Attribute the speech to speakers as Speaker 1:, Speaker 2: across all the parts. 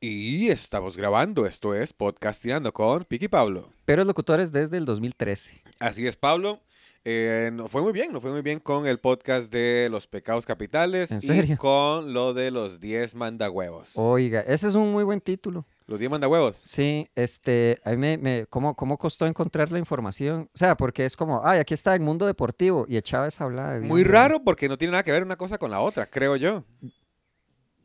Speaker 1: Y estamos grabando, esto es Podcasteando con Piqui Pablo.
Speaker 2: Pero locutores desde el 2013.
Speaker 1: Así es, Pablo. Eh, no fue muy bien, no fue muy bien con el podcast de los pecados capitales
Speaker 2: ¿En
Speaker 1: y
Speaker 2: serio?
Speaker 1: con lo de los 10 mandahuevos.
Speaker 2: Oiga, ese es un muy buen título.
Speaker 1: Los 10 mandahuevos.
Speaker 2: Sí, este, a mí me, me- ¿cómo, cómo costó encontrar la información? O sea, porque es como, ay, aquí está el mundo deportivo y echaba esa hablada. de
Speaker 1: Muy
Speaker 2: Dios,
Speaker 1: raro porque no tiene nada que ver una cosa con la otra, creo yo.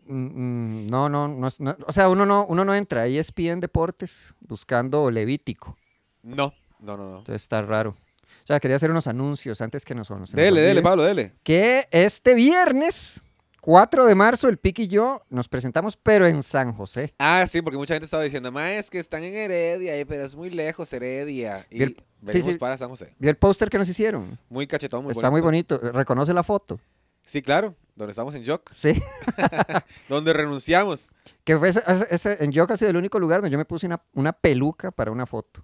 Speaker 2: Mm, mm, No, no, no, es- no- o sea, uno no, uno no entra a E ESPN Deportes buscando Levítico.
Speaker 1: No, no, no, no.
Speaker 2: Entonces está raro. O sea, quería hacer unos anuncios antes que nos se nos
Speaker 1: Dele, dele,
Speaker 2: olvide.
Speaker 1: Pablo, dele.
Speaker 2: Que este viernes, 4 de marzo, el Piqui y yo nos presentamos, pero en San José.
Speaker 1: Ah, sí, porque mucha gente estaba diciendo, ma, es que están en Heredia, eh, pero es muy lejos Heredia. Y
Speaker 2: Bien, sí,
Speaker 1: venimos
Speaker 2: sí.
Speaker 1: para San José.
Speaker 2: ¿Vio el póster que nos hicieron?
Speaker 1: Muy cachetón, muy
Speaker 2: Está muy bonito. Reconoce la foto.
Speaker 1: Sí, claro, donde estamos en Jock,
Speaker 2: Sí.
Speaker 1: donde renunciamos.
Speaker 2: Que fue ese- ese- ese- en Yoka ha sido el único lugar donde yo me puse una, una peluca para una foto.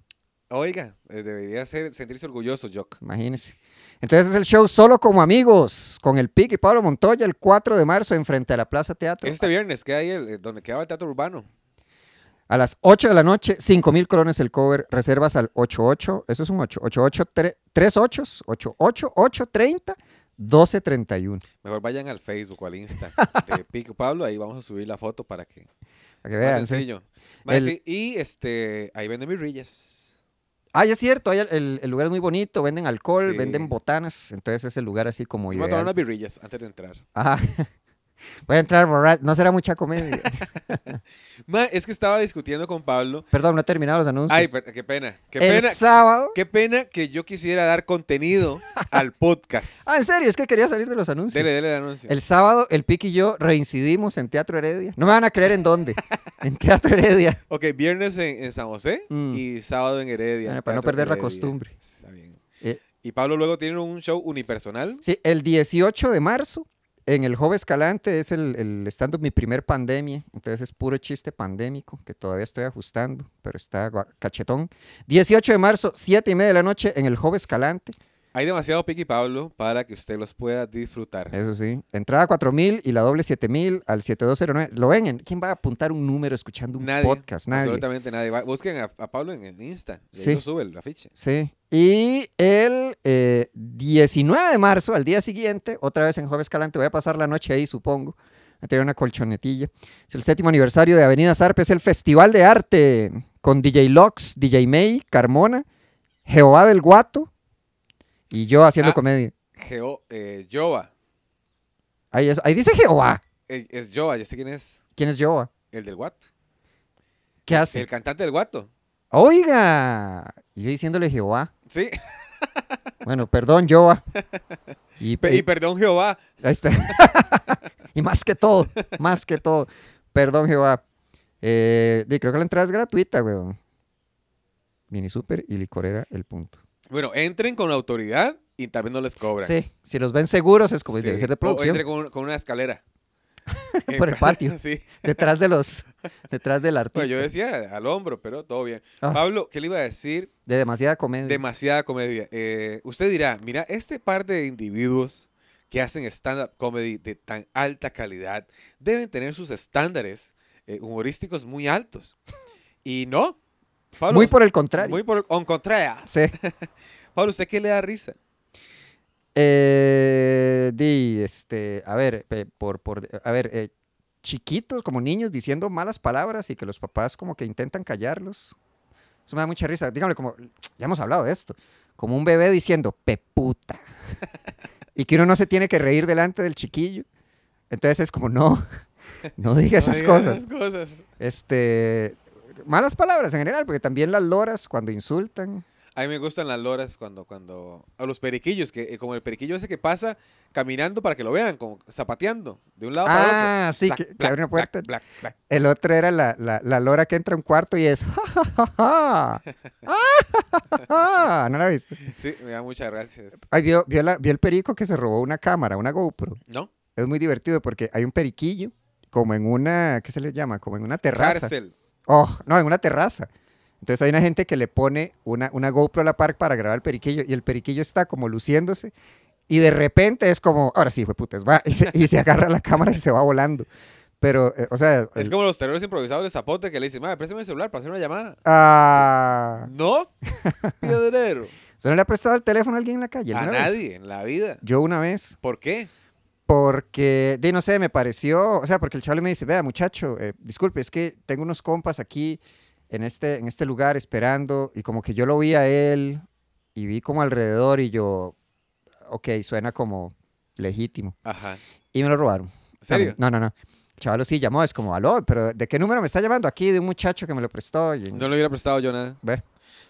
Speaker 1: Oiga, eh, debería ser, sentirse orgulloso Jock.
Speaker 2: Imagínense. Entonces es el show solo como amigos, con el Piqui y Pablo Montoya el 4 de marzo en frente a la Plaza Teatro.
Speaker 1: Este viernes queda ahí el- eh, donde quedaba el Teatro Urbano.
Speaker 2: A las 8 de la noche, 5 mil colones el cover, reservas al 88, eso es un 8, 88, 3 8, 88, 830, 1231.
Speaker 1: Mejor vayan al Facebook o al Insta de Pico Pablo, ahí vamos a subir la foto para que
Speaker 2: Para que
Speaker 1: más
Speaker 2: vean. sí.
Speaker 1: sencillo. Mae,
Speaker 2: El-
Speaker 1: sí, Y este, ahí venden birrillas.
Speaker 2: Ah, y es cierto, ahí el, el- el lugar es muy bonito, venden alcohol,
Speaker 1: Sí.
Speaker 2: venden botanas, entonces es el lugar así como
Speaker 1: Vamos a tomar
Speaker 2: ideal.
Speaker 1: unas birrillas antes de entrar.
Speaker 2: Ajá. Voy a entrar borracho, no será mucha comedia.
Speaker 1: Mae, es que estaba discutiendo con Pablo.
Speaker 2: Perdón, no he terminado los anuncios.
Speaker 1: Ay, per- qué pena. Qué
Speaker 2: el
Speaker 1: pena.
Speaker 2: sábado.
Speaker 1: Qué pena que yo quisiera dar contenido al podcast.
Speaker 2: Ah, en serio, es que quería salir de los anuncios.
Speaker 1: Dele, dele el anuncio.
Speaker 2: El sábado, el Piqui y yo reincidimos en Teatro Heredia. No me van a creer en dónde. en Teatro Heredia.
Speaker 1: Ok, viernes en, en San José
Speaker 2: Mm.
Speaker 1: y sábado en Heredia.
Speaker 2: Bueno,
Speaker 1: en
Speaker 2: para no
Speaker 1: Teatro
Speaker 2: perder la
Speaker 1: Heredia.
Speaker 2: costumbre.
Speaker 1: Está bien.
Speaker 2: Eh.
Speaker 1: y Pablo luego tiene un show unipersonal.
Speaker 2: Sí, el 18 de marzo, en el Jove Escalante, es el, el stand-up Mi Primer Pandemia. Entonces es puro chiste pandémico que todavía estoy ajustando, pero está gua- cachetón. 18 de marzo, 7 y media de la noche, en el Jove Escalante.
Speaker 1: Hay demasiado Piqui Pablo para que usted los pueda disfrutar.
Speaker 2: Eso sí. Entrada 4000 y la doble 7000 al 7209. ¿Lo ven? ¿En- ¿Quién va a apuntar un número escuchando un
Speaker 1: Nadie,
Speaker 2: podcast? Nadie.
Speaker 1: Absolutamente nadie. Va- Busquen a, a Pablo en el Insta. Y ahí
Speaker 2: Sí.
Speaker 1: lo sube el afiche.
Speaker 2: Sí. Y el eh, 19 de marzo, al día siguiente, otra vez en Joven Escalante, voy a pasar la noche ahí, supongo. Voy a tener una colchonetilla. Es el séptimo aniversario de Avenida Zarpe, es el Festival de Arte con DJ Lux, DJ May, Carmona, Jehová del Guato y yo haciendo
Speaker 1: Ah.
Speaker 2: comedia.
Speaker 1: Geo, eh, Jova.
Speaker 2: Ahí, es- ahí dice Jehová.
Speaker 1: Eh, Es Jova, ya sé quién es.
Speaker 2: ¿Quién es Jehová?
Speaker 1: El del Guato.
Speaker 2: ¿Qué hace?
Speaker 1: El cantante del Guato.
Speaker 2: Oiga, y yo diciéndole Jehová.
Speaker 1: Sí.
Speaker 2: Bueno, perdón, Jehová. Y,
Speaker 1: Pe- y
Speaker 2: y-
Speaker 1: perdón, Jehová.
Speaker 2: ahí está. y más que todo, más que todo. Perdón, Jehová. Eh, di, creo que la entrada es gratuita, weón. Mini Super y Licorera, el punto.
Speaker 1: Bueno, entren con autoridad y tal vez no les cobran.
Speaker 2: Sí, si los ven seguros es como
Speaker 1: Sí.
Speaker 2: debe ser de
Speaker 1: O
Speaker 2: producción.
Speaker 1: entre con, con una escalera.
Speaker 2: Por el patio.
Speaker 1: sí.
Speaker 2: Detrás de los, detrás del artista.
Speaker 1: Bueno, Pues, yo decía al hombro, pero todo bien.
Speaker 2: Ah. Eh.
Speaker 1: Pablo, ¿qué le iba a decir?
Speaker 2: De demasiada comedia.
Speaker 1: Demasiada comedia. Eh, usted dirá, mira, este par de individuos que hacen stand-up comedy de tan alta calidad deben tener sus estándares eh, humorísticos muy altos. Y no. Pablo,
Speaker 2: Muy
Speaker 1: us-
Speaker 2: por el contrario.
Speaker 1: Muy por on contraria.
Speaker 2: Sí.
Speaker 1: Pablo, ¿usted qué le da risa?
Speaker 2: Eh, di, este, a ver, pe- por, por, a ver, eh, chiquitos como niños diciendo malas palabras y que los papás como que intentan callarlos. Eso me da mucha risa. Dígame, como, ya hemos hablado de esto, como un bebé diciendo peputa. y que uno no se tiene que reír delante del chiquillo. Entonces es como, no, no diga
Speaker 1: No
Speaker 2: esas
Speaker 1: diga
Speaker 2: cosas.
Speaker 1: esas cosas.
Speaker 2: Este, malas palabras en general, porque también las loras cuando insultan.
Speaker 1: A mí me gustan las loras cuando, cuando, a los periquillos, que eh, como el periquillo ese que pasa caminando para que lo vean, como zapateando de un lado para otro.
Speaker 2: Ah, sí,
Speaker 1: Blac,
Speaker 2: que, que
Speaker 1: blac,
Speaker 2: abre una
Speaker 1: blac,
Speaker 2: puerta.
Speaker 1: blac, blac.
Speaker 2: El otro era la, la- la lora que entra a un cuarto y es. "Ja, ja, ja, ja". ¡Ah! ¿No la viste?
Speaker 1: Sí, me da muchas gracias.
Speaker 2: Ay, vio, vio la- vio el perico que se robó una cámara, una GoPro.
Speaker 1: ¿No?
Speaker 2: Es muy divertido porque hay un periquillo, como en una. ¿Qué se le llama? Como en una terraza.
Speaker 1: Cárcel.
Speaker 2: Oh, no, en una terraza. Entonces hay una gente que le pone una, una GoPro a la par para grabar el periquillo y el periquillo está como luciéndose y de repente es como, ahora sí, fue putas, va, y se, y se agarra la cámara y se va volando. Pero, eh, o sea.
Speaker 1: Es
Speaker 2: el-
Speaker 1: como los terrores improvisados de Zapote que le dicen, madre, préstame el celular para hacer una llamada.
Speaker 2: Ah,
Speaker 1: No, piedrero.
Speaker 2: ¿Usted no le ha prestado el teléfono a alguien en la calle?
Speaker 1: A
Speaker 2: alguna vez?
Speaker 1: nadie en la vida.
Speaker 2: Yo una vez,
Speaker 1: ¿Por qué?
Speaker 2: porque, de no sé, me pareció, o sea, porque el chaval me dice, vea, muchacho, eh, disculpe, es que tengo unos compas aquí en este, en este lugar esperando, y como que yo lo vi a él, y vi como alrededor, y yo, ok, suena como legítimo,
Speaker 1: Ajá. ¿En
Speaker 2: y me lo robaron.
Speaker 1: serio?
Speaker 2: No, no, no. El chaval sí llamó, es como, aló, pero ¿de qué número me está llamando aquí? De un muchacho que me lo prestó. y-
Speaker 1: No le hubiera prestado yo nada.
Speaker 2: Ve.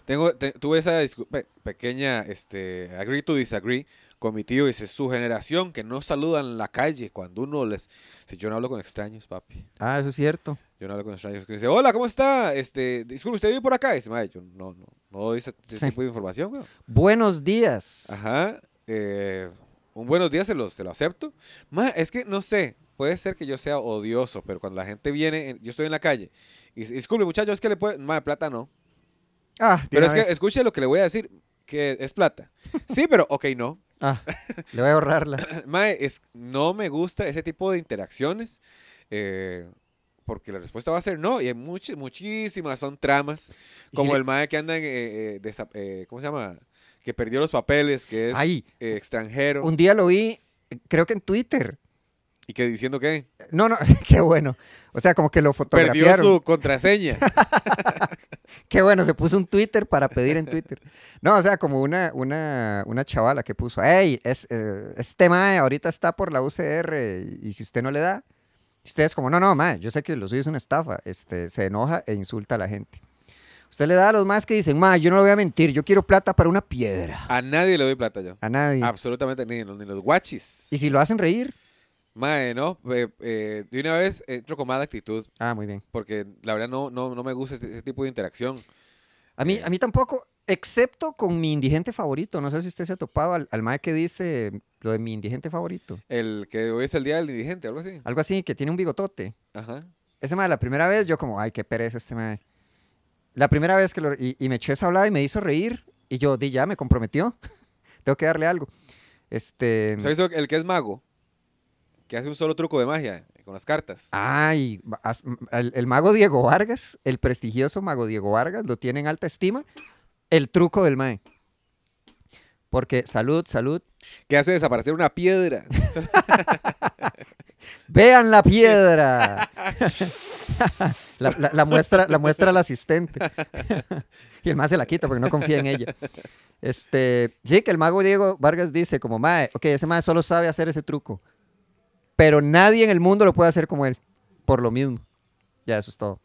Speaker 1: Tengo, te- tuve esa discu- pe- pequeña, este, agree to disagree con mi tío. Dice, su generación que no saludan en la calle cuando uno les... Dice, yo no hablo con extraños, papi.
Speaker 2: Ah, eso es cierto.
Speaker 1: Yo no hablo con extraños. Que dice, hola, ¿cómo está? Este, disculpe, ¿usted vive por acá? Dice, madre, yo no, no, no doy ese, ese
Speaker 2: Sí.
Speaker 1: tipo de información, weón".
Speaker 2: Buenos días.
Speaker 1: Ajá. eh, un buenos días se lo, se lo acepto. Ma, es que no sé, puede ser que yo sea odioso, pero cuando la gente viene, en- yo estoy en la calle. Y dice, disculpe, muchachos, es que le puede. Ma, plata no.
Speaker 2: Ah, de
Speaker 1: Pero
Speaker 2: una
Speaker 1: es que
Speaker 2: vez.
Speaker 1: escuche lo que le voy a decir, que es plata. Sí, pero ok, no.
Speaker 2: Ah, le voy a ahorrarla.
Speaker 1: Mae, es, no me gusta ese tipo de interacciones. eh, porque la respuesta va a ser no, y hay much- muchísimas, son tramas,
Speaker 2: Y si
Speaker 1: como
Speaker 2: le-
Speaker 1: el mae que anda, en, eh, eh, desa- eh, ¿cómo se llama? Que perdió los papeles, que es
Speaker 2: Ay.
Speaker 1: eh, extranjero,
Speaker 2: Un día lo vi, creo que en Twitter.
Speaker 1: y que diciendo que
Speaker 2: No, no, qué bueno. O sea, como que lo
Speaker 1: perdió
Speaker 2: fotografiaron.
Speaker 1: su contraseña.
Speaker 2: Qué bueno, se puso un Twitter para pedir en Twitter. No, o sea, como una, una, una chavala que puso, hey, es, eh, este mae ahorita está por la UCR y si usted no le da, y usted es como, no, no, mae, yo sé que lo suyo es una estafa. Este, se enoja e insulta a la gente. Usted le da a los más que dicen, mae, yo no le voy a mentir, yo quiero plata para una piedra.
Speaker 1: A nadie le doy plata yo.
Speaker 2: A nadie.
Speaker 1: Absolutamente, ni, los- ni los guachis.
Speaker 2: Y si lo hacen reír,
Speaker 1: Mae, ¿no? Eh, eh, de una vez entro con mala actitud.
Speaker 2: ah, muy bien.
Speaker 1: porque la verdad no, no, no me gusta ese, ese tipo de interacción.
Speaker 2: A mí,
Speaker 1: Eh.
Speaker 2: a mí tampoco, excepto con mi indigente favorito. No sé si usted se ha topado al, al mae que dice lo de mi indigente favorito.
Speaker 1: El que hoy es el día del indigente, algo así.
Speaker 2: Algo así, que tiene un bigotote.
Speaker 1: Ajá.
Speaker 2: Ese mae, la primera vez, yo como, ay, qué pereza este mae. La primera vez que lo... Y, y me echó esa hablada y me hizo reír. Y yo, di, ya, me comprometió. Tengo que darle algo. Este...
Speaker 1: ¿Sabes el que es mago? Que hace un solo truco de magia eh, con las cartas.
Speaker 2: Ay, va- as- m- el, el mago Diego Vargas, el prestigioso mago Diego Vargas, lo tiene en alta estima. El truco del mae. Porque salud, salud.
Speaker 1: Que hace desaparecer una piedra.
Speaker 2: ¡Vean la piedra! la, la- la muestra, la muestra al asistente. y el más se la quita porque no confía en ella. Este, sí, que el mago Diego Vargas dice como, mae, ok, ese mae solo sabe hacer ese truco. Pero nadie en el mundo lo puede hacer como él. Por lo mismo. Ya, eso es todo.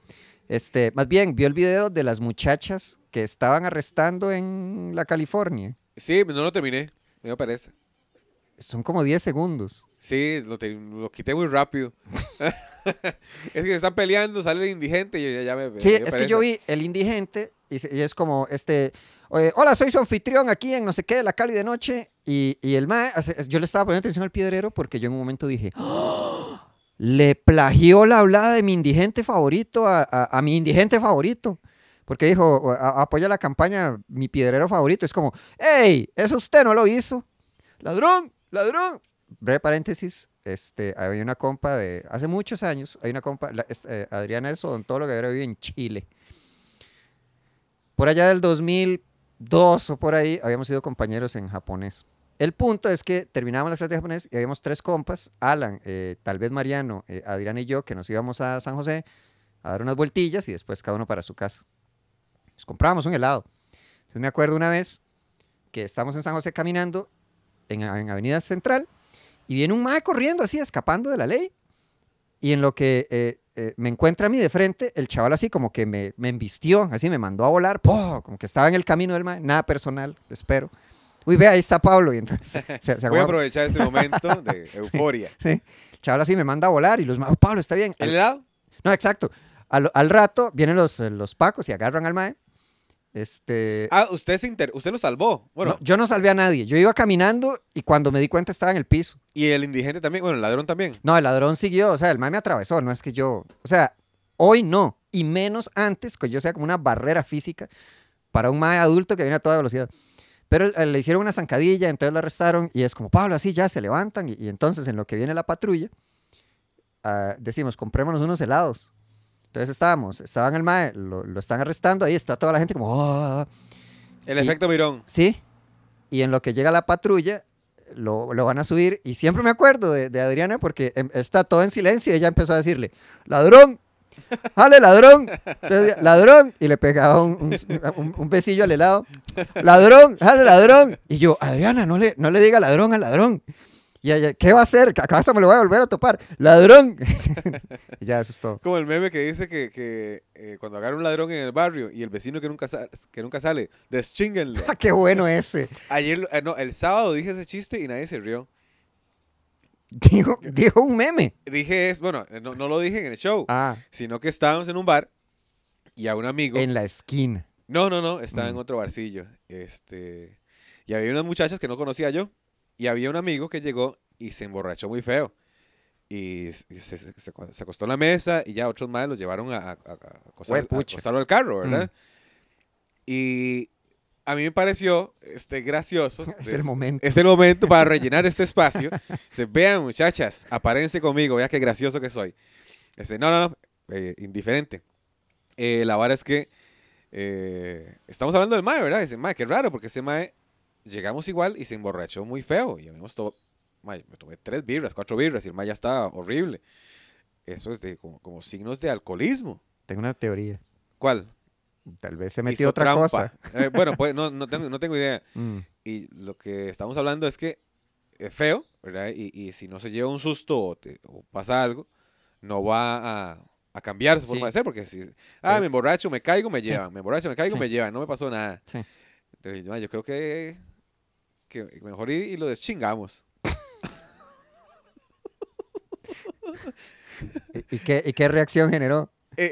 Speaker 2: Este, más bien, vio el video de las muchachas que estaban arrestando en la California.
Speaker 1: sí, no lo terminé. Me parece.
Speaker 2: Son como 10 segundos.
Speaker 1: Sí, lo, te- lo quité muy rápido. es que se están peleando, sale el indigente y yo ya, ya me.
Speaker 2: Sí,
Speaker 1: me
Speaker 2: es que yo
Speaker 1: parece.
Speaker 2: vi el indigente y, se- y es como, este, oye, hola, soy su anfitrión aquí en no sé qué, la Cali de noche. Y, y el mae, hace- yo le estaba poniendo atención al piedrero porque yo en un momento dije, "¡Ah! le plagió la hablada de mi indigente favorito a, a- a mi indigente favorito. Porque dijo, "A- apoya la campaña, mi piedrero favorito. Es como, hey, eso usted no lo hizo. Ladrón, ladrón. Breve paréntesis, este, había una compa de, hace muchos años, hay una compa, la- es- eh, Adriana es odontóloga, ahora vive en Chile. Por allá del 2002 o por ahí, habíamos sido compañeros en japonés. El punto es que terminábamos las clases de japonés y habíamos tres compas, Alan, eh, tal vez Mariano, eh, Adriana y yo, que nos íbamos a San José a dar unas vueltillas y después cada uno para su casa. Nos comprábamos un helado. Entonces me acuerdo una vez que estábamos en San José caminando en, en Avenida Central y viene un mae corriendo así, escapando de la ley. Y en lo que eh, eh, me encuentra a mí de frente, el chaval así como que me, me embistió, así me mandó a volar, ¡po! como que estaba en el camino del mae, nada personal, espero. Uy, ve, ahí está Pablo. Y entonces se, se- se
Speaker 1: Voy a
Speaker 2: acomodó.
Speaker 1: aprovechar este momento de euforia.
Speaker 2: El chaval así me manda a volar y los ma- "Oh, Pablo, está bien.
Speaker 1: ¿El
Speaker 2: Al-
Speaker 1: helado?
Speaker 2: no, exacto. Al, al rato vienen los, eh, los pacos y agarran al mae. Este.
Speaker 1: Ah, usted, se inter... usted lo salvó. Bueno,
Speaker 2: no, yo no salvé a nadie. Yo iba caminando y cuando me di cuenta estaba en el piso.
Speaker 1: y el indigente también. Bueno, el ladrón también.
Speaker 2: No, el ladrón siguió, o sea, el mae me atravesó, no es que yo, o sea, hoy no, y menos antes que yo sea como una barrera física para un mae adulto que viene a toda velocidad. Pero eh, le hicieron una zancadilla, entonces lo arrestaron y es como, Pablo, así ya se levantan y, y entonces en lo que viene la patrulla, ah, decimos, comprémonos unos helados. Entonces estábamos, estaban el mae, lo, lo están arrestando, ahí está toda la gente como, "Ah".
Speaker 1: El
Speaker 2: Y-
Speaker 1: efecto mirón.
Speaker 2: sí. Y en lo que llega la patrulla, lo, lo van a subir. Y siempre me acuerdo de, de Adriana porque em, está todo en silencio y ella empezó a decirle, ladrón, jale ladrón, Entonces, ladrón. Y le pegaba un, un- un- un besillo al helado, ladrón, jale ladrón. Y yo, Adriana, no le, no le diga ladrón al ladrón. Y ella, ¿qué va a hacer? ¿Acaso me lo voy a volver a topar? ¡Ladrón! y ya, eso es todo.
Speaker 1: Como el meme que dice que, que, eh, cuando agarra un ladrón en el barrio y el vecino que nunca, sa- que nunca sale, deschínguenlo.
Speaker 2: ¡Ah, ¡Qué bueno ese!
Speaker 1: Ayer, lo- eh, no, el sábado dije ese chiste y nadie se rió.
Speaker 2: Dijo, dijo un meme.
Speaker 1: Dije es, bueno, eh, no, no lo dije en el show,
Speaker 2: Ah,
Speaker 1: sino que estábamos en un bar y a un amigo.
Speaker 2: en la esquina.
Speaker 1: No, no, no, estaba en
Speaker 2: Mm.
Speaker 1: otro barcillo. Este, y había unas muchachas que no conocía yo. Y había un amigo que llegó y se emborrachó muy feo. Y s- y se, se- se acos- se acostó en la mesa y ya otros más lo llevaron a, a- a- a acostar- a
Speaker 2: Huepucha.
Speaker 1: acostarlo al carro, ¿verdad?
Speaker 2: Mm.
Speaker 1: Y a mí me pareció este, gracioso.
Speaker 2: Es
Speaker 1: des-
Speaker 2: el momento.
Speaker 1: Es el este momento para rellenar este espacio. Dice, vean muchachas, aparense conmigo, vean qué gracioso que soy. Dice, no, no, no, eh, indiferente. Eh, la vara es que eh, estamos hablando del Mae, ¿verdad? Dice, Mae, qué raro, porque ese Mae llegamos igual y se emborrachó muy feo. Y habíamos to- mae, me tomé tres birras, cuatro birras y el Mae ya estaba horrible. Eso es de, como, como signos de alcoholismo.
Speaker 2: Tengo una teoría.
Speaker 1: ¿Cuál?
Speaker 2: Tal vez se
Speaker 1: Hizo
Speaker 2: metió otra
Speaker 1: trampa.
Speaker 2: cosa.
Speaker 1: Eh, bueno, pues no, no, tengo, no tengo idea.
Speaker 2: Mm.
Speaker 1: Y lo que estamos hablando es que es feo, ¿verdad? Y, y si no se lleva un susto o, te- o pasa algo, no va a, a cambiar su
Speaker 2: Sí.
Speaker 1: forma de ser, porque si, ah,
Speaker 2: Eh,
Speaker 1: me emborracho, me caigo, me
Speaker 2: sí.
Speaker 1: llevan, me emborracho, me caigo,
Speaker 2: Sí.
Speaker 1: me llevan, no me pasó nada.
Speaker 2: Sí.
Speaker 1: Entonces, yo, "Ah, yo creo que, que mejor ir y lo deschingamos.
Speaker 2: ¿Y, y qué, y qué reacción generó?
Speaker 1: Eh,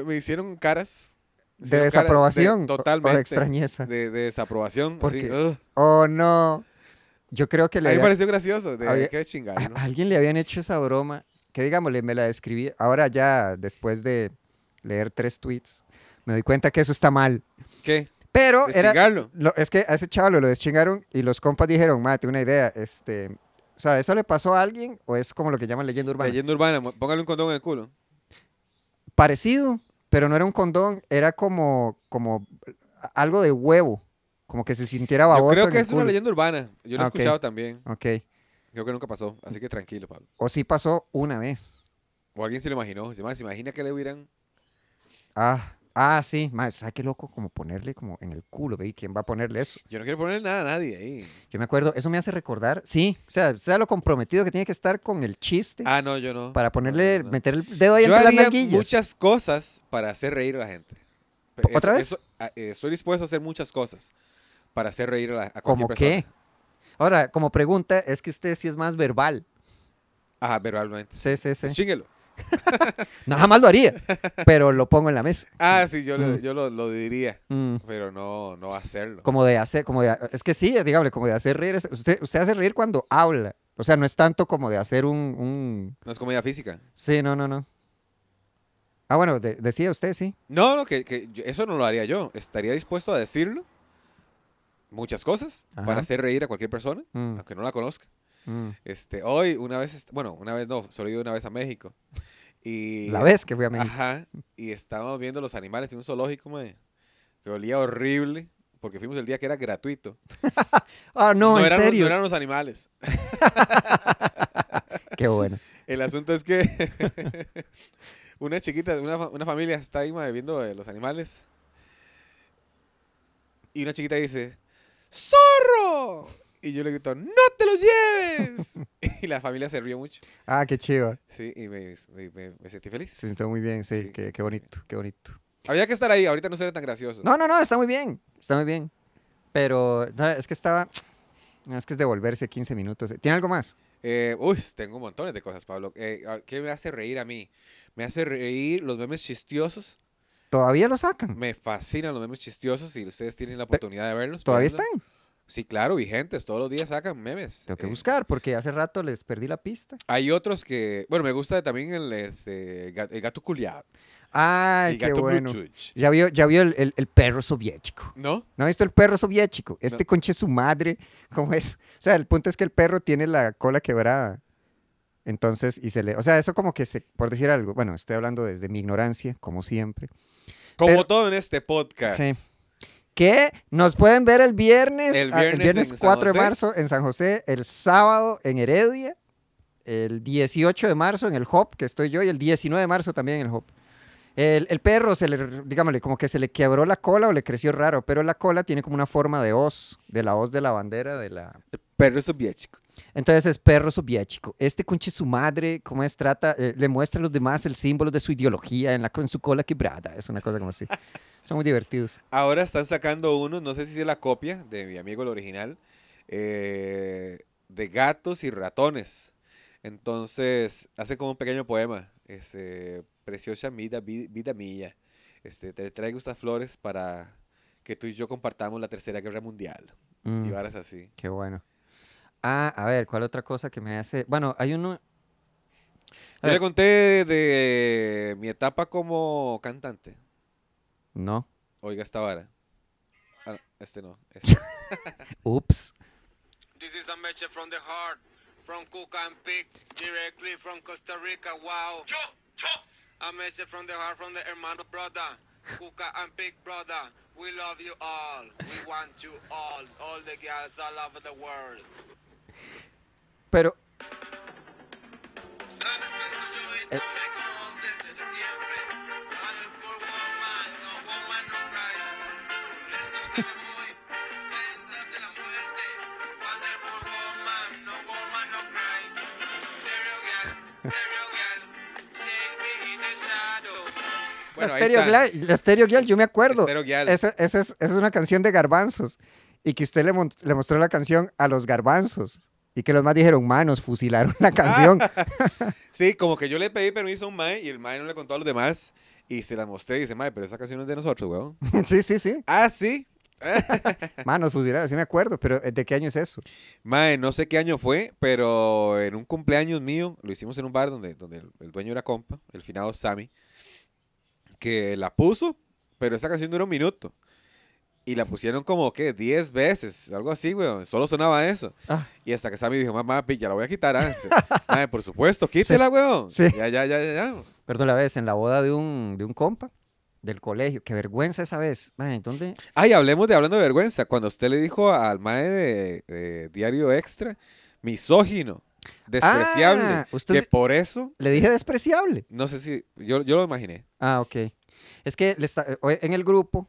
Speaker 1: eh, me hicieron caras.
Speaker 2: ¿De
Speaker 1: hicieron caras
Speaker 2: desaprobación o-
Speaker 1: totalmente.
Speaker 2: o de extrañeza?
Speaker 1: De, de desaprobación.
Speaker 2: ¿Por
Speaker 1: así,
Speaker 2: qué?
Speaker 1: "Ugh".
Speaker 2: Oh, no. Yo creo que
Speaker 1: A
Speaker 2: le
Speaker 1: mí me
Speaker 2: había-
Speaker 1: pareció gracioso, de
Speaker 2: había- Ah,
Speaker 1: que chingar,
Speaker 2: a- a alguien le habían hecho esa broma, que digámosle, me la describí. Ahora ya, después de leer tres tweets, me doy cuenta que eso está mal.
Speaker 1: ¿Qué?
Speaker 2: Pero era,
Speaker 1: ¿Deschingarlo?
Speaker 2: Lo- es que a ese chavo lo deschingaron y los compas dijeron, mate, una idea, este, o sea, ¿eso le pasó a alguien o es como lo que llaman leyenda urbana?
Speaker 1: Leyenda urbana, mo- póngale un condón en el culo.
Speaker 2: Parecido, pero no era un condón, era como, como algo de huevo, como que se sintiera
Speaker 1: Yo
Speaker 2: baboso
Speaker 1: creo
Speaker 2: en
Speaker 1: que
Speaker 2: el
Speaker 1: es una
Speaker 2: culo.
Speaker 1: leyenda urbana. Yo lo he
Speaker 2: Ah, ok.
Speaker 1: escuchado también.
Speaker 2: Ok,
Speaker 1: Creo que nunca pasó. Así que tranquilo, Pablo.
Speaker 2: o sí pasó una vez.
Speaker 1: O alguien se lo imaginó. Dice, "Ma, Se imagina que le hubieran.
Speaker 2: Ah, ah, sí, mae, ¿sabes qué loco? Como ponerle como en el culo, ¿ve? ¿Quién va a ponerle eso?
Speaker 1: Yo no quiero poner nada a nadie ahí.
Speaker 2: Yo me acuerdo, eso me hace recordar, sí, o sea, sea lo comprometido que tiene que estar con el chiste
Speaker 1: Ah, no, yo no.
Speaker 2: para ponerle,
Speaker 1: no, no.
Speaker 2: meter el dedo ahí
Speaker 1: Yo
Speaker 2: entre las
Speaker 1: haría
Speaker 2: nalguillas.
Speaker 1: muchas cosas para hacer reír a la gente. Pe-
Speaker 2: ¿Otra
Speaker 1: eso- eso-
Speaker 2: vez?
Speaker 1: a- eh, estoy dispuesto a hacer muchas cosas para hacer reír a, la, a cualquier
Speaker 2: ¿Cómo
Speaker 1: persona.
Speaker 2: qué? Ahora, como pregunta, es que usted sí es más verbal.
Speaker 1: Ajá, verbalmente.
Speaker 2: Sí, sí, sí.
Speaker 1: Chíngelo.
Speaker 2: Nada más lo haría, pero lo pongo en la mesa.
Speaker 1: Ah, sí, yo, lo,
Speaker 2: Mm.
Speaker 1: yo lo, lo diría.
Speaker 2: Mm,
Speaker 1: Pero no, no hacerlo.
Speaker 2: Como de hacer, como de, es que sí, dígame, como de hacer reír. es- Usted, usted hace reír cuando habla. O sea, no es tanto como de hacer un, un-
Speaker 1: No es comedia física.
Speaker 2: Sí, no, no, no. Ah, bueno, de- decía usted, sí.
Speaker 1: No, no, que, que yo- eso no lo haría yo. Estaría dispuesto a decirlo. Muchas cosas para
Speaker 2: Ajá.
Speaker 1: hacer reír a cualquier persona,
Speaker 2: Mm,
Speaker 1: aunque no la conozca.
Speaker 2: mm.
Speaker 1: Este, hoy una vez, est- bueno, una vez no, solo he ido una vez a México. Y
Speaker 2: La vez que fui a México.
Speaker 1: Ajá, y estábamos viendo los animales en un zoológico, mae, que olía horrible, porque fuimos el día que era gratuito.
Speaker 2: Ah, no, en
Speaker 1: eran,
Speaker 2: serio.
Speaker 1: No eran los animales.
Speaker 2: Qué bueno.
Speaker 1: El asunto es que una chiquita, una, fa- una familia está ahí mae, viendo eh, los animales. Y una chiquita dice, ¡Zorro! Y yo le grito, ¡No te lo lleves! y la familia se rió mucho.
Speaker 2: Ah, qué chido.
Speaker 1: Sí, y me, me- me- me sentí feliz.
Speaker 2: Se sintió muy bien, sí.
Speaker 1: Sí.
Speaker 2: Qué, qué bonito, qué bonito.
Speaker 1: Había que estar ahí, ahorita no sería tan gracioso.
Speaker 2: No, no, no, está muy bien. Está muy bien. Pero no, es que estaba. no, es que es devolverse 15 minutos. ¿Tiene algo más?
Speaker 1: Eh, uy, tengo montones de cosas, Pablo. Eh, ah, ¿Qué me hace reír a mí? Me hace reír los memes chistiosos.
Speaker 2: ¿Todavía lo sacan?
Speaker 1: Me fascinan los memes chistiosos. Si ustedes tienen la oportunidad de verlos,
Speaker 2: ¿Todavía
Speaker 1: véanlos.
Speaker 2: están?
Speaker 1: Sí, claro, vigentes. Todos los días sacan memes.
Speaker 2: Tengo que
Speaker 1: Eh,
Speaker 2: buscar porque hace rato les perdí la pista.
Speaker 1: Hay otros que. Bueno, me gusta también el, este, ga- el gato culiado.
Speaker 2: Ay,
Speaker 1: El
Speaker 2: qué
Speaker 1: gato
Speaker 2: bueno.
Speaker 1: Bluetooth,
Speaker 2: Ya vio, ya vio el, el- el perro soviético.
Speaker 1: ¿No?
Speaker 2: ¿No ha visto el perro soviético? Este conche su madre. ¿Cómo es? O sea, el punto es que el perro tiene la cola quebrada. Entonces, y se le, o sea, eso como que se, por decir algo, bueno, estoy hablando desde mi ignorancia, como siempre.
Speaker 1: Como
Speaker 2: Pero-
Speaker 1: todo en este podcast.
Speaker 2: Sí. Que nos pueden ver el viernes,
Speaker 1: El
Speaker 2: ah,
Speaker 1: viernes en San
Speaker 2: 4 de
Speaker 1: José.
Speaker 2: marzo en San José, el sábado en Heredia, el 18 de marzo en el Hop, que estoy yo, y el 19 de marzo también en el Hop. El, el perro, se le, digámosle, como que se le quebró la cola o le creció raro, pero la cola tiene como una forma de hoz, de la hoz de la bandera de la,
Speaker 1: Pero eso es bien, chico.
Speaker 2: entonces es perro soviético. Este conche su madre, ¿cómo es? Trata, eh, le muestra a los demás el símbolo de su ideología en, la, co- en su cola quebrada. Es una cosa como así. Son muy divertidos.
Speaker 1: Ahora están sacando uno, no sé si es la copia de mi amigo el original, eh, de gatos y ratones. Entonces, hace como un pequeño poema. Este, preciosa vida, vi- vida mía. Este, te traigo estas flores para que tú y yo compartamos la Tercera Guerra Mundial.
Speaker 2: Mm,
Speaker 1: Y varas así.
Speaker 2: qué bueno. Ah, a ver, ¿cuál otra cosa que me hace? Bueno, hay uno. Eh.
Speaker 1: Yo le conté de eh, mi etapa como cantante.
Speaker 2: No.
Speaker 1: Oiga esta vara. Ah, este no. este.
Speaker 2: Ups.
Speaker 3: This is a message from the heart, from Cook and Pick, directly from Costa Rica. Wow. A message from the heart, from the hermano brother, Cuca and Pick brother. We love you all. We want you all, all the girls all over the world.
Speaker 2: Pero, Eh.
Speaker 1: Bueno,
Speaker 2: la
Speaker 1: ahí
Speaker 2: Stereo
Speaker 1: está.
Speaker 2: Glide- la Stereo Girl, yo me acuerdo.
Speaker 1: Estéreo Guial.
Speaker 2: Esa, esa es, esa es una canción de garbanzos. Y que usted le, mon- le mostró la canción a los garbanzos. Y que los más dijeron, manos, fusilaron la canción.
Speaker 1: Sí, como que yo le pedí permiso a un mae y el mae no le contó a los demás y se la mostré y dice, mae, pero esa canción no es de nosotros, weón.
Speaker 2: sí, sí, sí.
Speaker 1: ah, sí.
Speaker 2: Manos fusilados, sí me acuerdo, pero eh, ¿de qué año es eso?
Speaker 1: Mae, no sé qué año fue, pero en un cumpleaños mío, lo hicimos en un bar donde, donde el, el dueño era compa, el finado Sammy, que la puso, pero esa canción duró un minuto. Y la pusieron como, ¿qué? 10 veces, algo así, weón. Solo sonaba eso.
Speaker 2: Ah.
Speaker 1: Y hasta que Sammy dijo, mamá, pi, ya la voy a quitar. ah". Dice, Mae, por supuesto, quítela, weón.
Speaker 2: Sí.
Speaker 1: Ya, ya, ya, ya, ya.
Speaker 2: Perdón, la vez en la boda de un, de un compa del colegio. Qué vergüenza esa vez. Mae, ¿dónde?
Speaker 1: Ay, hablemos de hablando de vergüenza. Cuando usted le dijo al mae de, de Diario Extra, misógino, despreciable,
Speaker 2: Ah, usted
Speaker 1: que
Speaker 2: le-
Speaker 1: por eso,
Speaker 2: Le dije despreciable.
Speaker 1: no sé si, yo, yo lo imaginé.
Speaker 2: Ah, ok. Es que le está- eh, hoy en el grupo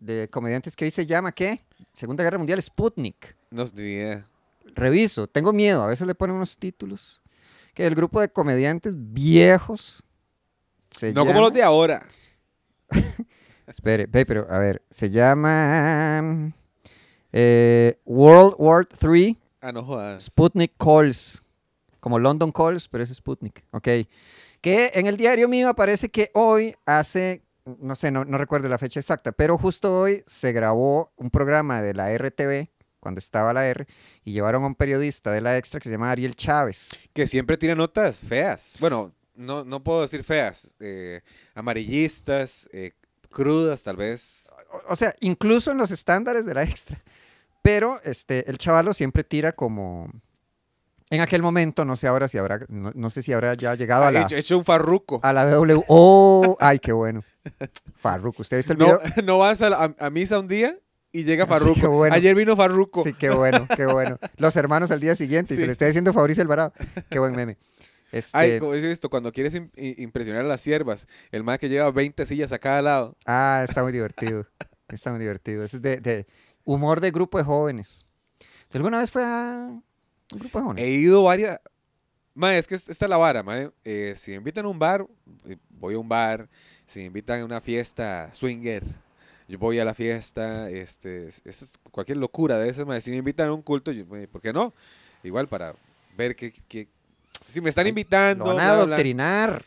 Speaker 2: de comediantes que hoy se llama, ¿qué? Segunda Guerra Mundial, Sputnik.
Speaker 1: No sé, ni idea.
Speaker 2: Reviso, tengo miedo, a veces le ponen unos títulos. Que el grupo de comediantes viejos se
Speaker 1: No como los
Speaker 2: llama-
Speaker 1: de ahora.
Speaker 2: Espere, ve, pero a ver, se llama eh, World War III
Speaker 1: Ah, no jodas.
Speaker 2: Sputnik Calls. Como London Calls, pero es Sputnik. Ok. Que en el diario mío aparece que hoy hace, no sé, no, no recuerdo la fecha exacta, pero justo hoy se grabó un programa de la RTV, cuando estaba la R, y llevaron a un periodista de la Extra que se llama Ariel Chávez.
Speaker 1: Que siempre tiene notas feas. Bueno, no, no puedo decir feas. eh, amarillistas, eh, crudas tal vez.
Speaker 2: o- o sea, incluso en los estándares de la extra. Pero este, el chavalo siempre tira como. En aquel momento, no sé ahora si habrá, no, no sé si habrá ya llegado a
Speaker 1: Ah, He
Speaker 2: la, Ah,
Speaker 1: hecho, hecho un farruco.
Speaker 2: a la W. ¡Oh! ¡Ay, qué bueno! Farruko, ¿usted ha visto el
Speaker 1: No,
Speaker 2: este
Speaker 1: eh,
Speaker 2: video?
Speaker 1: no vas a, la- a- a misa un día y llega
Speaker 2: Ah, sí, qué
Speaker 1: farruco.
Speaker 2: bueno.
Speaker 1: Ayer vino farruco.
Speaker 2: Sí, qué bueno, qué bueno. Los hermanos al día siguiente y se
Speaker 1: Sí.
Speaker 2: le está diciendo Fabricio Alvarado. Qué buen meme. Este,
Speaker 1: Ay, como dice esto, cuando quieres im- i- impresionar a las siervas, el más que lleva 20 sillas a cada lado.
Speaker 2: Ah, está muy divertido. Está muy divertido. Ese es de, de humor de grupo de jóvenes. ¿Usted alguna vez fue a un grupo de jóvenes?
Speaker 1: He ido varias. Mae, es que es- esta es la vara, mae. Eh, si me invitan a un bar, eh, voy a un bar. Si me invitan a una fiesta swinger, yo voy a la fiesta. Este, es- es cualquier locura de esas, mae. Si me invitan a un culto, yo, mae, ¿por qué no? Igual para ver que. si me están
Speaker 2: Ay,
Speaker 1: invitando.
Speaker 2: Lo van a
Speaker 1: bla, bla, bla.
Speaker 2: adoctrinar.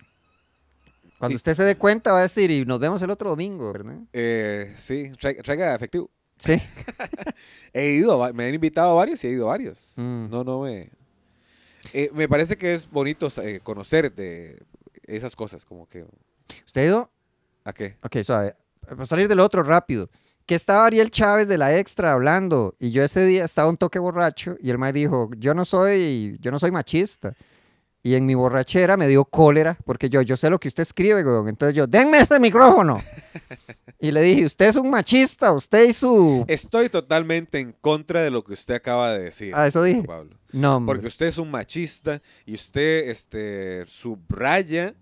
Speaker 2: Cuando
Speaker 1: Y-
Speaker 2: usted se dé cuenta, va a decir, y nos vemos el otro domingo, ¿verdad?
Speaker 1: Eh, sí, tra- traiga efectivo.
Speaker 2: Sí.
Speaker 1: He ido, a va- me han invitado a varios y he ido a varios.
Speaker 2: Mm.
Speaker 1: No, no me. eh, me parece que es bonito sa- eh, conocer de esas cosas, como que.
Speaker 2: ¿Usted ha ido?
Speaker 1: ¿A qué?
Speaker 2: Ok, suave. Para salir del otro rápido. Que estaba Ariel Chávez de la Extra hablando. Y yo ese día estaba un toque borracho. Y el mae dijo, yo no soy, yo no soy machista. Y en mi borrachera me dio cólera, porque yo, yo sé lo que usted escribe, weón. Entonces yo, denme ese micrófono. y le dije, usted es un machista, usted y su...
Speaker 1: Estoy totalmente en contra de lo que usted acaba de decir.
Speaker 2: Ah, eso
Speaker 1: Pedro
Speaker 2: dije.
Speaker 1: Pablo.
Speaker 2: No, hombre.
Speaker 1: Porque usted es un machista y usted este, subraya.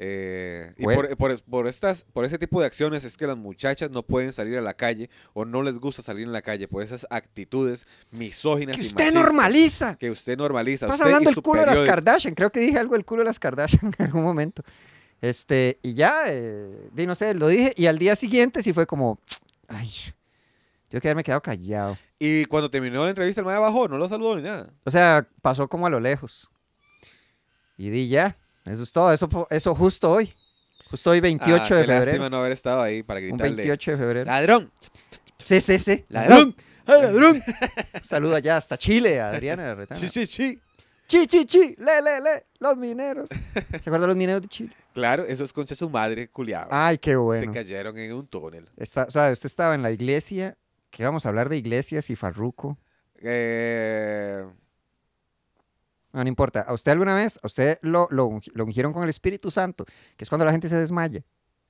Speaker 1: eh, y
Speaker 2: Bueno.
Speaker 1: por, por- por estas, por ese tipo de acciones es que las muchachas no pueden salir a la calle o no les gusta salir en la calle por esas actitudes misóginas
Speaker 2: que
Speaker 1: y
Speaker 2: usted
Speaker 1: machistas
Speaker 2: normaliza.
Speaker 1: que usted normaliza.
Speaker 2: Estás
Speaker 1: usted y
Speaker 2: hablando
Speaker 1: su
Speaker 2: del culo de las
Speaker 1: periódico.
Speaker 2: Kardashian. Creo que dije algo del culo de las Kardashian en algún momento. Este, y ya, eh, di, no sé, lo dije. Y al día siguiente sí fue como, ay, yo que haberme quedado callado.
Speaker 1: Y cuando terminó la entrevista, el mae bajó, no lo saludó ni nada.
Speaker 2: O sea, pasó como a lo lejos. Y di ya, eso es todo. Eso, fue- eso justo hoy. Justo hoy, 28
Speaker 1: Ah,
Speaker 2: de
Speaker 1: qué
Speaker 2: febrero.
Speaker 1: Lástima no haber estado ahí para
Speaker 2: Un
Speaker 1: gritarle.
Speaker 2: 28 de febrero.
Speaker 1: ¡Ladrón!
Speaker 2: Sí, sí, sí.
Speaker 1: ¡Ladrón!
Speaker 2: ¡Ay, ladrón! Un saludo allá hasta Chile, a Adriana Retana.
Speaker 1: ¡Sí, sí, sí!
Speaker 2: Chi, chi, chi, le, le, le, los mineros. ¿Se acuerdan los mineros de Chile?
Speaker 1: Claro, eso es concha de su madre, culiado.
Speaker 2: Ay, qué Ah, bueno.
Speaker 1: Se cayeron en un túnel.
Speaker 2: Está- o sea, usted estaba en la iglesia, que vamos a hablar de iglesias y farruco.
Speaker 1: Eh,
Speaker 2: No, no importa. ¿A usted alguna vez, a usted lo, lo, ungi- lo ungieron con el Espíritu Santo, que es cuando la gente se desmaya?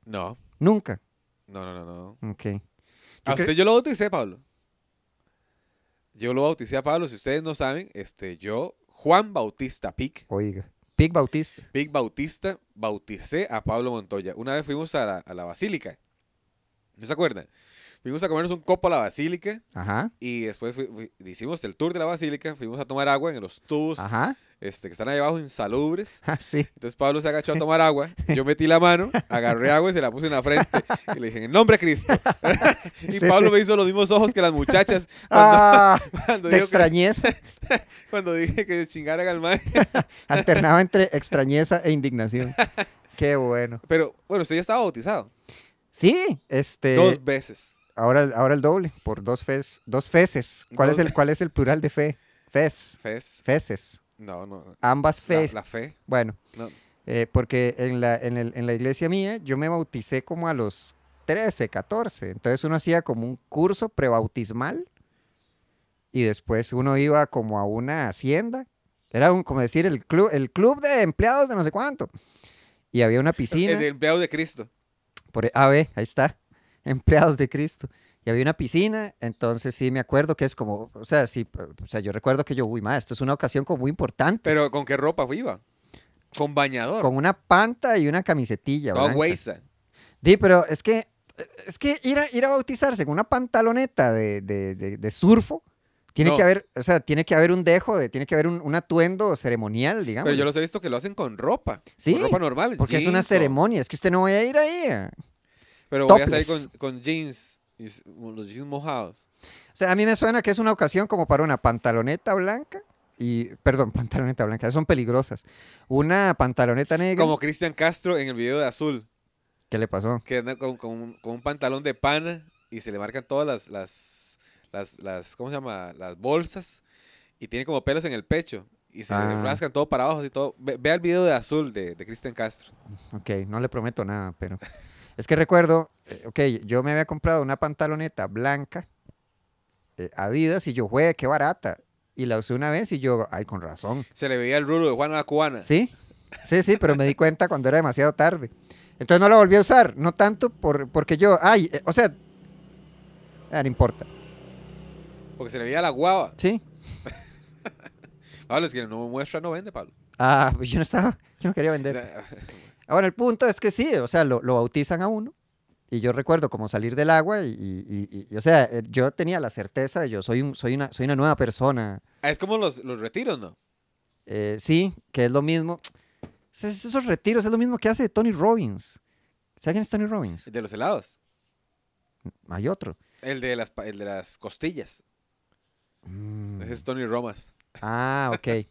Speaker 1: no,
Speaker 2: Nunca.
Speaker 1: no, no, no, no.
Speaker 2: Ok. Yo
Speaker 1: A
Speaker 2: cre-
Speaker 1: Ah, usted yo lo bauticé, Pablo. Yo lo bauticé a Pablo. Si ustedes no saben, este, yo, Juan Bautista Pic,
Speaker 2: Oiga, Pig Bautista.
Speaker 1: Pic Bautista, bauticé a Pablo Montoya. Una vez fuimos a la, a la basílica. ¿No se acuerdan? Fuimos a comernos un copo a la basílica
Speaker 2: Ajá,
Speaker 1: y después fui- fui- hicimos el tour de la basílica. Fuimos a tomar agua en los tubos
Speaker 2: ajá.
Speaker 1: este, que están ahí abajo, insalubres.
Speaker 2: Ah, sí.
Speaker 1: Entonces Pablo se agachó a tomar agua. Yo metí la mano, agarré agua y se la puse en la frente. Y le dije, en nombre de Cristo. y
Speaker 2: Sí,
Speaker 1: Pablo
Speaker 2: sí.
Speaker 1: me hizo los mismos ojos que las muchachas cuando,
Speaker 2: Ah,
Speaker 1: cuando, dijo
Speaker 2: de
Speaker 1: que-
Speaker 2: extrañeza.
Speaker 1: cuando dije que chingaran al mae.
Speaker 2: Alternaba entre extrañeza e indignación. Qué bueno.
Speaker 1: Pero bueno, usted ya estaba bautizado.
Speaker 2: Sí, este.
Speaker 1: dos veces.
Speaker 2: Ahora, ahora el doble, por dos fes, dos feces. ¿Cuál,
Speaker 1: Dos-
Speaker 2: Es el, ¿Cuál es el plural de fe? Fes,
Speaker 1: Fes.
Speaker 2: feces.
Speaker 1: No, no. no.
Speaker 2: Ambas
Speaker 1: La,
Speaker 2: feces.
Speaker 1: la fe.
Speaker 2: Bueno,
Speaker 1: No.
Speaker 2: eh, porque en la, en, el- en la iglesia mía yo me bauticé como a los 13, 14. Entonces uno hacía como un curso prebautismal y después uno iba como a una hacienda. Era un, como decir el club, el club de empleados de no sé cuánto. Y había una piscina.
Speaker 1: El empleado de Cristo.
Speaker 2: Por, a ver, ahí está. Empleados de Cristo. Y había una piscina, entonces sí me acuerdo que es como, o sea, sí, p- o sea, yo recuerdo que yo, uy, ma, esto es una ocasión como muy importante.
Speaker 1: Pero ¿con qué ropa iba? Con bañador.
Speaker 2: Con una panta y una camisetilla,
Speaker 1: Toda
Speaker 2: blanca.
Speaker 1: huesa.
Speaker 2: Sí, pero es que, es que ir a, ir a bautizarse con una pantaloneta de, de, de- de surfo, tiene
Speaker 1: No.
Speaker 2: que haber, o sea, tiene que haber un dejo, de, tiene que haber un, un atuendo ceremonial, digamos.
Speaker 1: Pero yo los he visto que lo hacen con ropa.
Speaker 2: Sí,
Speaker 1: Con ropa normal.
Speaker 2: porque es una
Speaker 1: jeans o-
Speaker 2: ceremonia, es que usted no va a ir ahí. eh. a-
Speaker 1: Pero voy a salir con,
Speaker 2: topless.
Speaker 1: con jeans. y s- Los jeans mojados.
Speaker 2: O sea, a mí me suena que es una ocasión como para una pantaloneta blanca y, perdón, pantaloneta blanca, esas son peligrosas. Una pantaloneta negra.
Speaker 1: Como Cristian Castro en el video de Azul,
Speaker 2: ¿Qué le pasó?
Speaker 1: que anda con, con un, con un pantalón de pana y se le marcan todas las, las, las, las- ¿cómo se llama? Las bolsas y tiene como pelos en el pecho y se le
Speaker 2: Ah.
Speaker 1: rascan todo para abajo y todo. Ve, vea el video de Azul de, de Cristian Castro.
Speaker 2: Ok, no le prometo nada, pero es que recuerdo, eh, ok, yo me había comprado una pantaloneta blanca, eh, Adidas, y yo, güey, qué barata. Y la usé una vez y yo, ay, con razón.
Speaker 1: Se le veía el rulo de Juana la Cubana.
Speaker 2: Sí, sí, sí, pero me di cuenta cuando era demasiado tarde. Entonces no la volví a usar, no tanto por, porque yo, ay, eh, o sea, ah, no importa,
Speaker 1: Porque se le veía la guava.
Speaker 2: ¿sí?
Speaker 1: Pablo, es que no muestra, no vende, Pablo.
Speaker 2: Ah, pues yo no estaba, yo no quería vender. Ahora, el punto es que sí, o sea, lo, lo bautizan a uno. Y yo recuerdo como salir del agua y, y- y- y- y, o sea, eh, yo tenía la certeza de yo soy, un, soy, una, soy una nueva persona.
Speaker 1: Ah, Es como los, los retiros, ¿no?
Speaker 2: Eh, sí, que es lo mismo. O sea, es- esos retiros es lo mismo que hace Tony Robbins. ¿Sabes quién es Tony Robbins?
Speaker 1: El De los helados.
Speaker 2: Hay otro.
Speaker 1: El de las, pa- el de las costillas.
Speaker 2: Mm.
Speaker 1: Ese es este. Tony Romas.
Speaker 2: Ah, ok.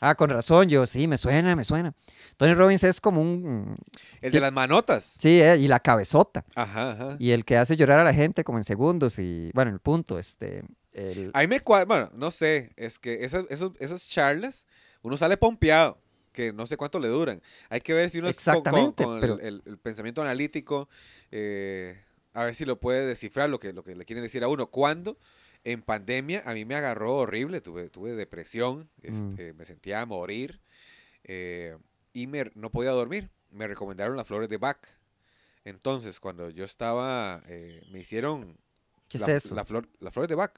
Speaker 2: Ah, con razón, yo sí, me suena, me suena. Tony Robbins es como un...
Speaker 1: El de
Speaker 2: Y-
Speaker 1: las manotas.
Speaker 2: Sí, eh, y la cabezota.
Speaker 1: Ajá, ajá.
Speaker 2: Y el que hace llorar a la gente como en segundos y, bueno, el punto, este... el-
Speaker 1: A mí me cuadra, bueno, no sé, es que esas, esos- esas charlas, uno sale pompeado, que no sé cuánto le duran. Hay que ver si uno es con- con-
Speaker 2: Exactamente,
Speaker 1: con, el-
Speaker 2: pero-
Speaker 1: el, el pensamiento analítico, eh, a ver si lo puede descifrar lo que, lo que le quieren decir a uno. Cuando en pandemia a mí me agarró horrible, tuve, tuve depresión,
Speaker 2: Mm.
Speaker 1: este, me sentía a morir. eh, y me- no podía dormir. Me recomendaron las flores de Bach. Entonces, cuando yo estaba, eh, me hicieron
Speaker 2: ¿Qué
Speaker 1: la,
Speaker 2: es eso?
Speaker 1: la flor, las flores de Bach.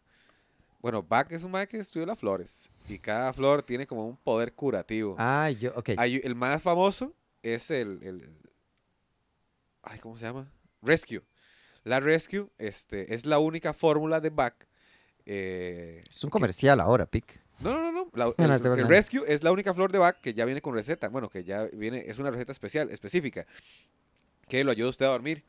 Speaker 1: Bueno, Bach es un mae que estudió las flores y cada flor tiene como un poder curativo.
Speaker 2: Ah, yo, ok.
Speaker 1: Hay- el más famoso es el, el- Ay, ¿cómo se llama? Rescue. La Rescue este, es la única fórmula de Bach. eh,
Speaker 2: es un comercial ahora, Pic.
Speaker 1: no, no, no, no. la-
Speaker 2: No,
Speaker 1: el,
Speaker 2: no, estoy
Speaker 1: el
Speaker 2: pensando.
Speaker 1: Rescue es la única flor de Bach que ya viene con receta. Bueno, que ya viene, es una receta especial, específica, que lo ayuda a usted a dormir.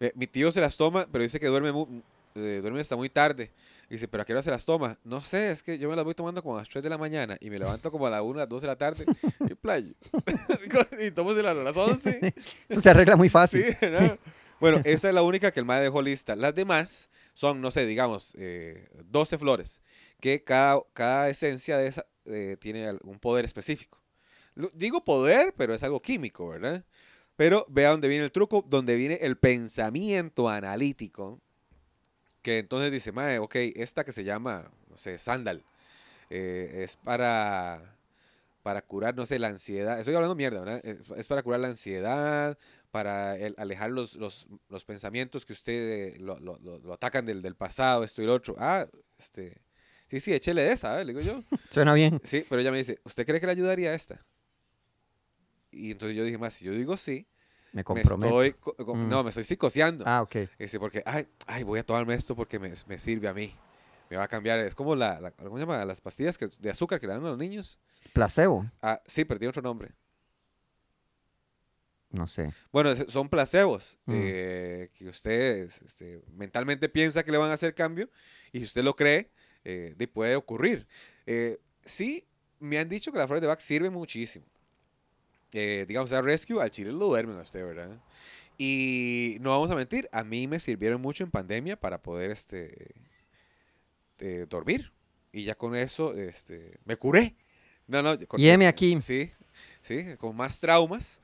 Speaker 1: Eh, mi tío se las toma, pero dice que duerme, mu- eh, duerme hasta muy tarde. Dice, ¿pero a qué hora se las toma? No sé, es que yo me las voy tomando como a las 3 de la mañana y me levanto como a las 1, a las 2 de la tarde y playo. y tomo de las- a las 11.
Speaker 2: Eso se arregla muy
Speaker 1: Sí,
Speaker 2: fácil.
Speaker 1: ¿verdad? Bueno, esa es la única que el MAE dejó lista. Las demás son, no sé, digamos, eh, 12 flores, que cada, cada esencia de esa eh, tiene al- un poder específico. Lo- digo poder, pero es algo químico, ¿verdad? Pero vea dónde viene el truco, donde viene el pensamiento analítico, que entonces dice, mae, ok, esta que se llama, no sé, sándal, eh, es para, para curar, no sé, la ansiedad. Estoy hablando mierda, ¿verdad? Es- Es para curar la ansiedad, para el- alejar los, los- los pensamientos que usted eh, lo, lo- lo- lo atacan del, del pasado, esto y lo otro. Ah, este, sí, sí, échele de esa, ¿eh? le digo yo.
Speaker 2: Suena bien.
Speaker 1: Sí, pero ella me dice, ¿usted cree que le ayudaría a esta? Y entonces yo dije, más, si yo digo sí,
Speaker 2: Me
Speaker 1: me
Speaker 2: comprometo.
Speaker 1: estoy, co- co-
Speaker 2: Mm.
Speaker 1: no, me estoy psicoseando.
Speaker 2: Ah, ok.
Speaker 1: Este, porque, ay, ay, voy a tomarme esto porque me, me sirve a mí. Me va a cambiar. Es como la, la- ¿cómo se llama? Las pastillas que, de azúcar que le dan a los niños.
Speaker 2: Placebo.
Speaker 1: Ah, sí, pero tiene otro nombre.
Speaker 2: No sé.
Speaker 1: Bueno, es- son placebos
Speaker 2: Mm.
Speaker 1: eh, que usted este, mentalmente piensa que le van a hacer cambio y si usted lo cree, eh, de- puede ocurrir. Eh, sí, me han dicho que las flores de Bach sirven muchísimo. Eh, digamos, a Rescue al chile lo duermen a usted, ¿verdad? Y no vamos a mentir, a mí me sirvieron mucho en pandemia para poder este, eh, dormir. Y ya con eso este, me curé. No, no, con-
Speaker 2: Y heme aquí.
Speaker 1: Sí, sí, con más traumas.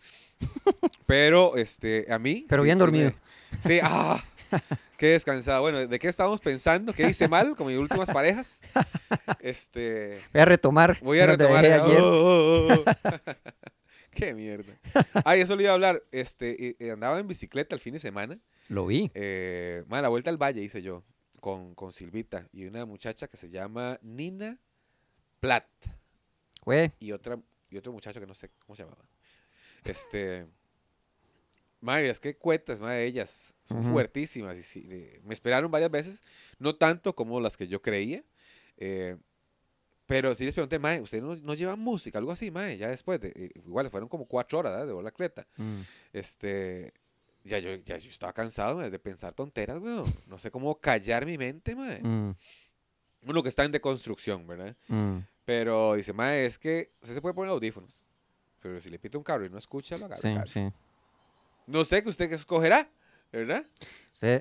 Speaker 1: Pero este, a mí.
Speaker 2: Pero
Speaker 1: sí- sí
Speaker 2: bien
Speaker 1: me-
Speaker 2: dormido.
Speaker 1: sí, ah, qué descansado. Bueno, ¿de qué estábamos pensando? ¿Qué hice mal con mis últimas parejas? Este.
Speaker 2: Voy a retomar.
Speaker 1: Voy a
Speaker 2: donde
Speaker 1: retomar.
Speaker 2: dejé
Speaker 1: ah,
Speaker 2: ayer.
Speaker 1: oh, oh, oh, oh. qué mierda. Ay, eso le iba a hablar. Este, eh, eh, andaba en bicicleta el fin de semana.
Speaker 2: Lo vi.
Speaker 1: Eh, ma, la vuelta al valle hice yo con, con Silvita y una muchacha que se llama Nina Platt
Speaker 2: Güey.
Speaker 1: y otra y otro muchacho que no sé cómo se llamaba. Este Madre, es que cuetas, madre, ellas son
Speaker 2: Ujú.
Speaker 1: fuertísimas. Y sí, eh, me esperaron varias veces, no tanto como las que yo creía, eh, pero sí les pregunté, madre, ¿ustedes no, no llevan música? Algo así, madre, ya después. de- eh, igual, fueron como cuatro horas ¿verdad? de bola cleta.
Speaker 2: Mm.
Speaker 1: Este, ya yo, ya yo estaba cansado mae, de pensar tonteras, weón. No sé cómo callar mi mente, mae.
Speaker 2: Mm.
Speaker 1: Uno que está en deconstrucción, ¿verdad?
Speaker 2: Mm.
Speaker 1: Pero dice, mae, es que usted se puede poner audífonos. Pero si le pita un carro y no escucha, lo agarra.
Speaker 2: Sí,
Speaker 1: carro.
Speaker 2: sí.
Speaker 1: No sé que usted que escogerá, ¿verdad?
Speaker 2: Sí.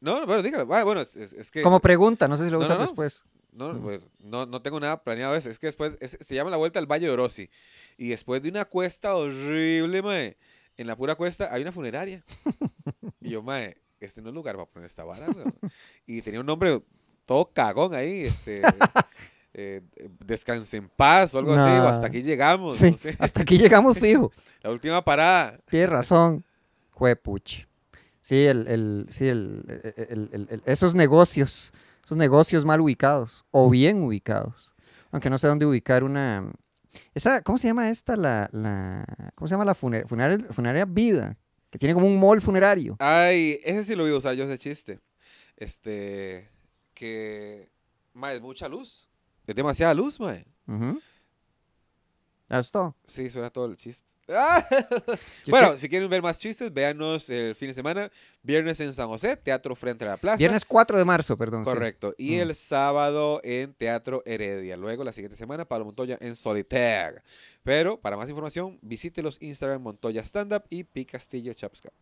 Speaker 1: No, no, bueno, dígalo. Ah, bueno, es, es- es que.
Speaker 2: Como pregunta, no sé si lo
Speaker 1: No,
Speaker 2: usas
Speaker 1: no, no.
Speaker 2: después.
Speaker 1: No,
Speaker 2: Mm.
Speaker 1: pues, no, no tengo nada planeado. Es, es que después es- se llama la vuelta al Valle de Orosi. Y después de una cuesta horrible, mae, en la pura cuesta hay una funeraria. y yo, mae, este no es lugar para poner esta vara. weón". Y tenía un nombre todo cagón ahí, este. eh, descanse en paz o algo así, o hasta
Speaker 2: No.
Speaker 1: aquí llegamos.
Speaker 2: Sí,
Speaker 1: no sé.
Speaker 2: hasta aquí llegamos fijo.
Speaker 1: La última parada.
Speaker 2: Tienes razón. Juepuch. Sí, el, el, sí el, el- el- el- el- esos negocios, esos negocios mal ubicados o bien ubicados. Aunque no sé dónde ubicar una... Esa, ¿Cómo se llama esta? La, la, ¿Cómo se llama la funer- funerar- funeraria Vida? Que tiene como un mall funerario.
Speaker 1: Ay, ese sí lo voy a usar yo ese chiste. Este, que, mae, es mucha luz. Es demasiada luz, mae.
Speaker 2: Ujú. Eso es todo.
Speaker 1: Sí, suena todo el chiste. ¡Ah!
Speaker 2: Yo
Speaker 1: Bueno,
Speaker 2: estoy-
Speaker 1: si quieren ver más chistes, véanos el fin de semana. Viernes en San José, Teatro Frente a la Plaza.
Speaker 2: viernes 4 de marzo, perdón. sí.
Speaker 1: Correcto. Y
Speaker 2: Mm.
Speaker 1: el sábado en Teatro Heredia. Luego, la siguiente semana, Pablo Montoya en Solitaire. Pero, para más información, visite los Instagram Montoya Stand Up y Pi Castillo Chapscap.